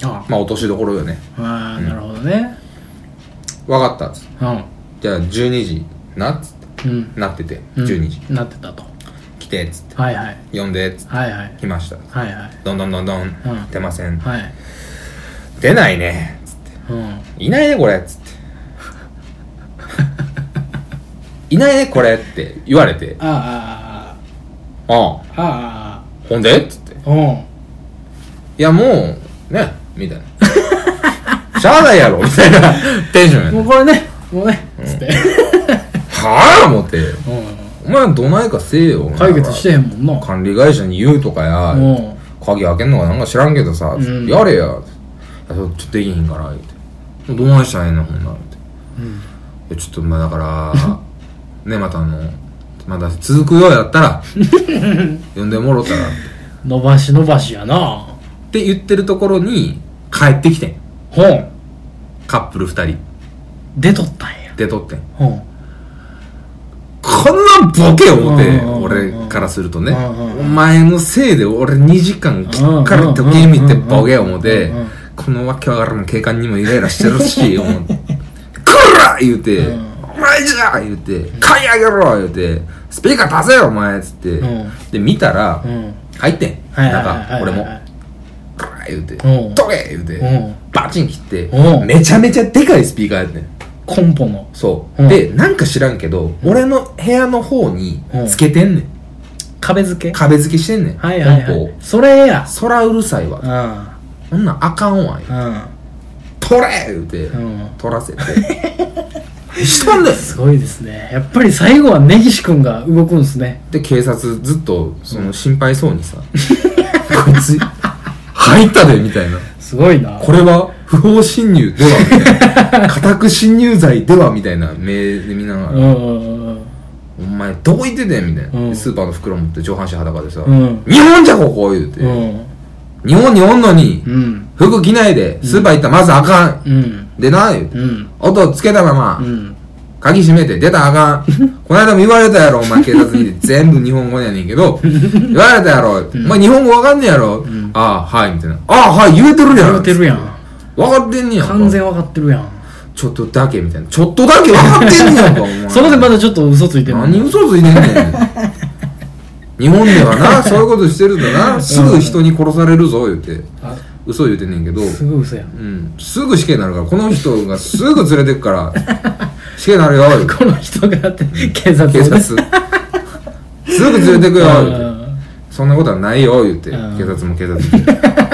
S2: あ
S1: まあ落としどころよね
S2: あーなるほどね
S1: 分かったっつって
S2: うん
S1: じゃあ12時なっつって
S2: うん
S1: なってて
S2: うん
S1: 12時、
S2: なってたと
S1: 来てっつって
S2: はいはい
S1: 呼んでっつって
S2: はいはい
S1: 来ました
S2: はいはい
S1: どんどんどんどん、
S2: ん
S1: 出ません、
S2: はい
S1: 出ないねつって
S2: うん
S1: いないねこれっつっていないねこれって言われて
S2: ああ
S1: ああ
S2: あああ
S1: ほんでっつって
S2: ああうん
S1: いやもうねみたい なしゃあないやろみたいなテンションや
S2: も
S1: ね
S2: うこれねもうねつって
S1: はあ思って
S2: うん
S1: お前どないかせえよ
S2: 解決してへんもんな
S1: 管理会社に言うとかや
S2: うん
S1: 鍵開けんのかなんか知らんけどさ、
S2: うん
S1: やれやいやちょっとできひんから言うてどないしたらええのほんなら言うて
S2: うん
S1: いやちょっとまあだから ねまたあのまだ続くようやった ら呼んでもろたらって
S2: 伸ばし伸ばしやな
S1: って言ってるところに帰ってきてん
S2: 本
S1: カップル2人
S2: 出とったんや
S1: 出とってん
S2: 本
S1: こんなボケ思て
S2: うんうんうん
S1: 俺からするとね
S2: うんうんうん
S1: お前のせいで俺2時間きっかり時計見てボケ思て
S2: うんうんうん
S1: このわけわからん警官にもイライラしてる し思って「こら!」言うて
S2: うん
S1: 「お前じゃ!」言うて「買い上げろ!」言うて「スピーカー出せよお前!」っつって
S2: うん
S1: で見たら
S2: うん
S1: 入ってん
S2: はいは
S1: ないんか
S2: はいはい
S1: 俺も
S2: はい
S1: 「ガーッ言うて「
S2: うん
S1: どけ!」言う
S2: うん
S1: てバチン切って
S2: うん
S1: めちゃめちゃでかいスピーカーやってん
S2: コンポの
S1: そう
S2: うん
S1: でなんか知らんけど俺の部屋の方につけてんねん
S2: 壁付け
S1: 壁付けしてんねん
S2: はいはいは
S1: 本
S2: いそれや
S1: 邦そらうるさいわ
S2: うん
S1: こんなんあかんわ
S2: うん
S1: と取れ!」言うて、
S2: うん
S1: 取らせて何したんだよ
S2: すごいですねやっぱり最後は根岸君が動くんですね
S1: で警察ずっとその心配そうにさ 「こいつ入ったで」みたいな
S2: すごいな
S1: これは不法侵入ではみた いな家宅侵入罪ではみたいな目で見ながら、
S2: うんうんうん
S1: お前どこ行っててんみたいな、
S2: うん
S1: でスーパーの袋持って上半身裸でさ、
S2: うん
S1: 日本じゃここ言うて、
S2: うん
S1: 日本におんのに、
S2: うん
S1: 服着ないでスーパー行ったらまずあかん、
S2: うん
S1: でな言うて、
S2: うん
S1: 音つけたまま、
S2: うん
S1: 鍵閉めて出たらあかん。この間も言われたやろ、お前警察 に。全部日本語やねんけど。言われたやろ。お前日本語わかんねやろ。ああ、はい、みたいな。ああ、はい、言えてるやん。
S2: 言うてるやん
S1: わかってんねやんか。
S2: 完全分かってるやん
S1: ちょっとだけ、みたいな。ちょっとだけわかってんねやんか、お 前。
S2: そこでまだちょっと嘘ついてる
S1: 何嘘ついてんねん。日本ではな、そういうことしてるんだな。すぐ人に殺されるぞ、言うて。
S2: あ
S1: 嘘言うてんねんけど。
S2: すごい嘘やん
S1: うん。すぐ死刑になるから、この人がすぐ連れてくから、死刑になるよ、言うて
S2: この人がって警察をね
S1: 警察 すぐ連れてくよ
S2: う
S1: 言うて
S2: ん
S1: そんなことはないよ言って
S2: うん
S1: 警察も警察も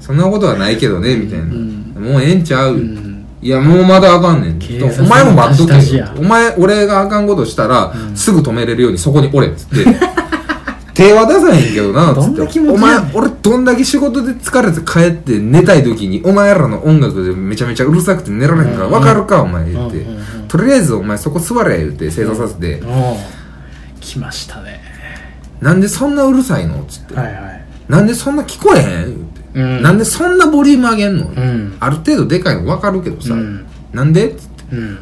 S1: そんなことはないけどねみたいな
S2: うん
S1: もうええんちゃう
S2: うん
S1: いやもうまだあかんねん
S2: 警察
S1: お前も待っと
S2: の貸し
S1: け
S2: 出し
S1: よ
S2: や
S1: お前俺があかんことしたらすぐ止めれるようにそこにおれっつって 手は出さへんけどな
S2: ど
S1: つっ
S2: んな
S1: て
S2: 気持
S1: お
S2: ちやね
S1: 前
S2: ん
S1: 俺どんだけ仕事で疲れて帰って寝たい時にお前らの音楽でめちゃめちゃうるさくて寝られへんから
S2: うん
S1: 分かるかお前言って
S2: うんうんうん
S1: とりあえずお前そこ座れ言って正座させて
S2: おう来ましたね
S1: なんでそんなうるさいのっつって、
S2: はいはい
S1: なんでそんな聞こえへん言って、
S2: うん
S1: なんでそんなボリューム上げんの、
S2: うん
S1: ある程度でかいの分かるけどさ、
S2: うん
S1: なんでっつって
S2: うん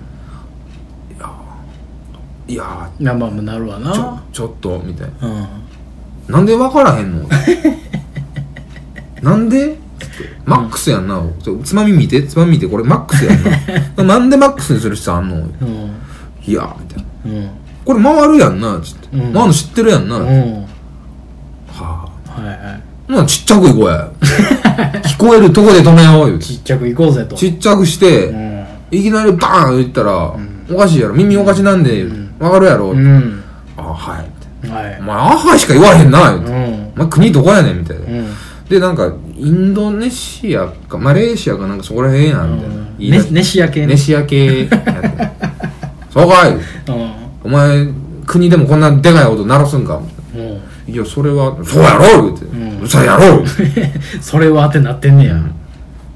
S1: いや
S2: 生もなるわ
S1: ーちょ
S2: な
S1: ちょっとみたいな
S2: うん
S1: なんで分からへん のなんでつってマックスやんな、ちょつまみ見てつまみ見てこれマックスや んななんでマックスにする必要あんの
S2: うん
S1: いやーみたいな
S2: うん
S1: これ回るやんなつって、
S2: うん
S1: 回るの知ってるやんな、
S2: う
S1: は
S2: ん
S1: あ
S2: はいは
S1: ほなちっちゃく行こう や聞こえるとこで止めようよ
S2: いちっちゃく行こうぜと
S1: ちっちゃくして、
S2: うん
S1: いきなりバーン言ったら、おかしいやろ耳おかしなんで、わかるやろ、
S2: うん
S1: あはいみたい
S2: はい
S1: なお前あはいしか言わへんな、言う
S2: う
S1: て
S2: ん
S1: お前国どこやねんみたいな、
S2: うん
S1: でなんかインドネシアかマレーシアかなんかそこらへんやんみたいな、いいな
S2: ねネシア系ね
S1: ネシア系やってそうかい
S2: うん
S1: お前国でもこんなでかい音鳴らすんかみたいな
S2: うん
S1: いやそれはそうやろ言うて、
S2: ん
S1: うるさいやろ言うて
S2: それはってなってんねや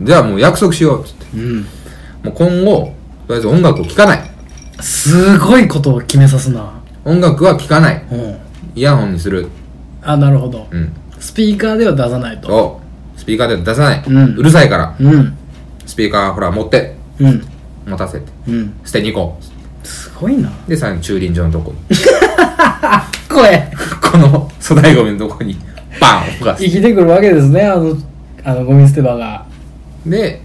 S1: じゃあもう約束しようっつって
S2: うん
S1: もう今後とりあえず音楽を聴かない
S2: すごいことを決めさすな
S1: 音楽は聴かない
S2: うん
S1: イヤホンにする
S2: あなるほど
S1: うん
S2: スピーカーでは出さないと
S1: そうスピーカーで出さない、
S2: うん
S1: るさいから
S2: うん
S1: スピーカーほら持って
S2: うん
S1: 持たせて
S2: うん
S1: 捨てに行こ
S2: すごい
S1: う
S2: な
S1: で最後に駐輪場のとこに
S2: 声
S1: この粗大ゴミのとこにバーン置かせ
S2: 生きてくるわけですねあのあのゴミ捨て場が
S1: てで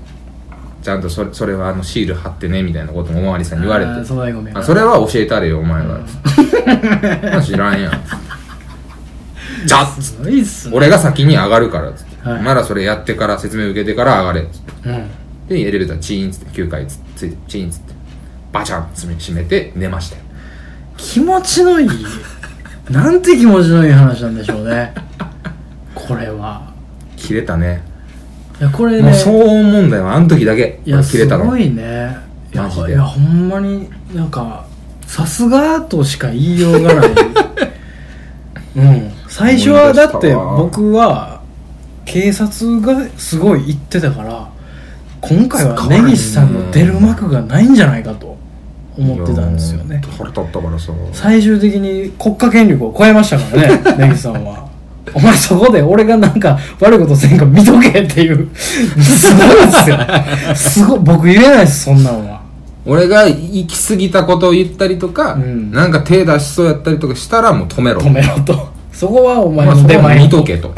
S1: ちゃんとそれそれはあのシール貼ってねみたいなこともおまわりさんに言われ
S2: あー
S1: て
S2: 粗大ゴミ
S1: あそれは教えたれよお前 はあ知らんやんじゃっつって
S2: すごいっすね
S1: 俺が先に上がるからっつって、
S2: はい
S1: お前らそれやってから説明受けてから上がれっつって
S2: うん
S1: でエレベーターチーンっつって9階つついチーンっつってバチャンっつめ閉めて寝ましたよ
S2: 気持ちのいいなんて気持ちのいい話なんでしょうねこれは
S1: 切れたね
S2: いやこれ
S1: もう
S2: ね
S1: 騒音問題はあの時だけ
S2: いや
S1: 切れ
S2: す
S1: たの
S2: ごいねいや
S1: マジで
S2: いやほんまになんかさすがとしか言いようが ないうん最初はだって僕は警察がすごい言ってたから今回は根岸さんの出る幕がないんじゃないかと思ってたんですよね
S1: いや腹立ったからさ
S2: 最終的に国家権力を超えましたから ね根岸さんはお前そこで俺がなんか悪いことせんか見とけっていうすごいですよすごい僕言えないですそんなんは
S1: 俺が行き過ぎたことを言ったりとか、
S2: うん
S1: なんか手出しそうやったりとかしたらもう止めろ
S2: 止めろとそこはお前
S1: まあ、
S2: の
S1: そ
S2: 出
S1: こは
S2: 前
S1: 見とけと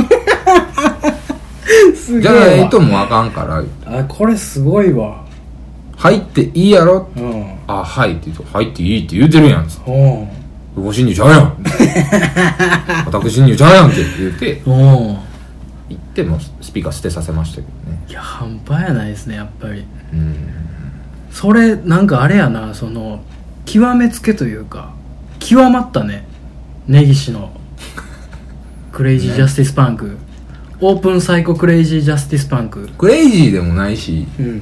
S2: す
S1: じ
S2: げえ
S1: ゃ
S2: わ
S1: ないともうあかんから
S2: あこれすごいわ
S1: 入っていいやろ
S2: うん
S1: あはいって言うと入っていいって言うてるやんつって
S2: うん
S1: 不法侵入ちゃうや ん私侵入ちゃうやんけって言って
S2: うん
S1: 行ってもうスピーカー捨てさせましたけどね
S2: いや半端やないですねやっぱり
S1: うん
S2: それなんかあれやなその極めつけというか極まったね根岸のクレイジージャスティスパンク、オープンサイコクレイジージャスティスパンク
S1: クレイジーでもないし、
S2: うん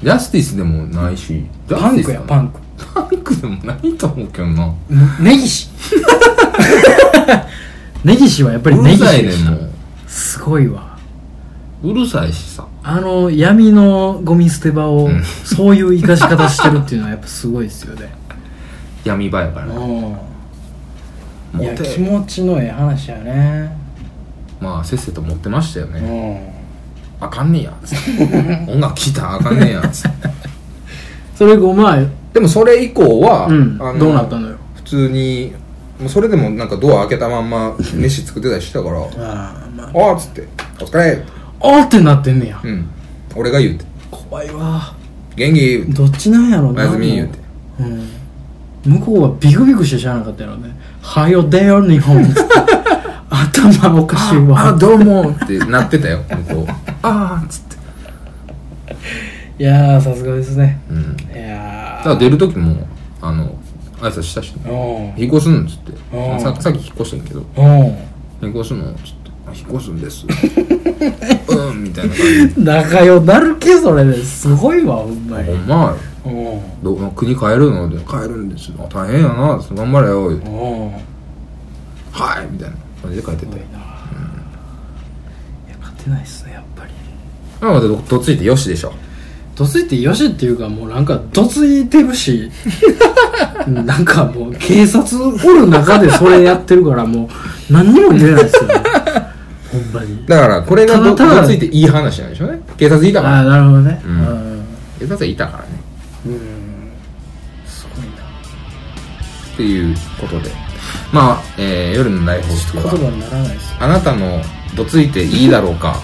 S1: ジャスティスでもないし、ジャ
S2: パ
S1: ステ
S2: ン
S1: ィス
S2: クや
S1: かな
S2: パンク
S1: パンクでもないと思うけどな。
S2: 根岸 根岸はやっぱり
S1: う
S2: 根
S1: る
S2: 岸
S1: さい
S2: で
S1: ね
S2: し
S1: ん、
S2: た
S1: も
S2: すごいわ
S1: う。うるさいしさ。
S2: あの闇のゴミ捨て場を
S1: うん
S2: そういう生かし方してるっていうのはやっぱすごいですよね
S1: 闇場やからね。
S2: うんい
S1: モ
S2: や気
S1: テ。
S2: 持ちのええ話やね
S1: まあ、せっせと持ってましたよ
S2: う
S1: ね。
S2: ん
S1: あかん ねや、つって。音楽聴いたらあかんねや、つって。
S2: それがまあ
S1: でもそれ以降は、
S2: うん
S1: あ
S2: どうなったのよ
S1: 普通に、もうそれでもなんかドア開けたまんま飯作ってたりしてたから、あ
S2: ああまあ
S1: あっつって、お疲れ
S2: あーってなってんねや
S1: うん。俺が言うて。
S2: 怖いわ
S1: 元気言うて
S2: どっちなんやろ
S1: お
S2: な
S1: やすみ言うて。
S2: もううん、向こうはビクビクして知らなかったやろね「はよ出よ日 本」頭おかしい
S1: あ、
S2: わ
S1: どうもってなってたよ、向こう。あーっつって。
S2: いやーさすがですね
S1: うん。
S2: いや
S1: だから
S2: ー
S1: 出る時もあの挨拶したしね
S2: おう
S1: 引っ越すんっつって
S2: うん
S1: ささっき引っ越してんけど
S2: おう
S1: 引っ越すのっつってあ引っ越すんです うんみたいな感
S2: 仲良なるけそれですごいわほんま
S1: じほ
S2: に
S1: んま
S2: おう
S1: どう国変えるので変えるんですよ大変やな頑張れよ言うて
S2: おう
S1: はいみたいな感じで帰ってて
S2: すごい
S1: で
S2: ないや勝てないっすねやっぱり
S1: またどどついてよしでしょ
S2: どついてよしっていうかもうなんかどついてる しなんかもう警察おる中でそれやってるからもう何にも言えないですよねほんまに
S1: だからこれがど
S2: ただただ
S1: どついていい話なんでしょうね警察いたか
S2: ああ
S1: ら
S2: なるほどね
S1: うん
S2: うん
S1: 警察はいたからね
S2: うんすごいな
S1: っていうことでまあ、えー夜の大放出
S2: 言
S1: は
S2: 葉にならないです
S1: あなたのどついていいだろうか、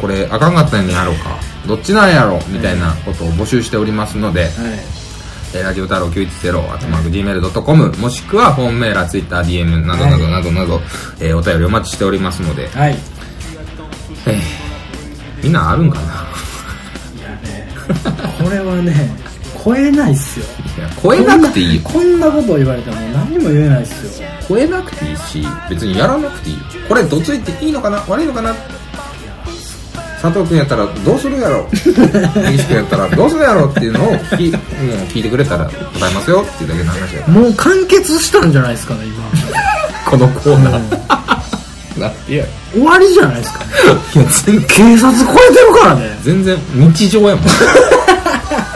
S1: これあかんかったんやろうか、どっちなんやろみたいなことを募集しておりますので、
S2: はい
S1: えーラジオ太郎910、あとマーク Gmail.com、もしくはホームメーラー、ツイッター、DM などなどなどなど、えーお便りお待ちしておりますので、
S2: はい
S1: えーみんなあるんかない
S2: やねこれ はね超えないっすよ
S1: いや超えなくていいよ。
S2: こんなことを言われたらもう何にも言えないっすよ
S1: 超えなくていいし、別にやらなくていいよ。これどついていいのかな悪いのかな佐藤君やったらどうするやろ西君やったらどうするやろっていうのを聞きもう聞いてくれたら答えますよっていうだけの話だよ
S2: もう完結したんじゃないですかね今
S1: このコーナーな、いやい
S2: 終わりじゃないですかね
S1: や全然
S2: 警察超えてるからね
S1: 全然日常やもん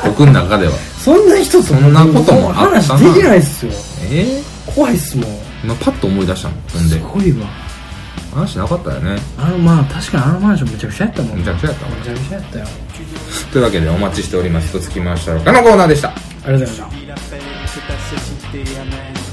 S1: 僕の中では
S2: そんな一つ
S1: そんなこともあったな
S2: 話できないっすよ
S1: ええ
S2: 怖いっすもん
S1: 今パッと思い出したもんほん
S2: す
S1: で
S2: ごいわ
S1: 話なかったよね
S2: あのまあ確かにあのマンションめちゃくちゃやったもん
S1: めちゃくちゃやったもん
S2: めちゃくちゃやったよ
S1: というわけでお待ちしておりますとつきましたろかのコーナーでした
S2: ありがとうございました
S3: Il appelle, c'est assez cité, amen.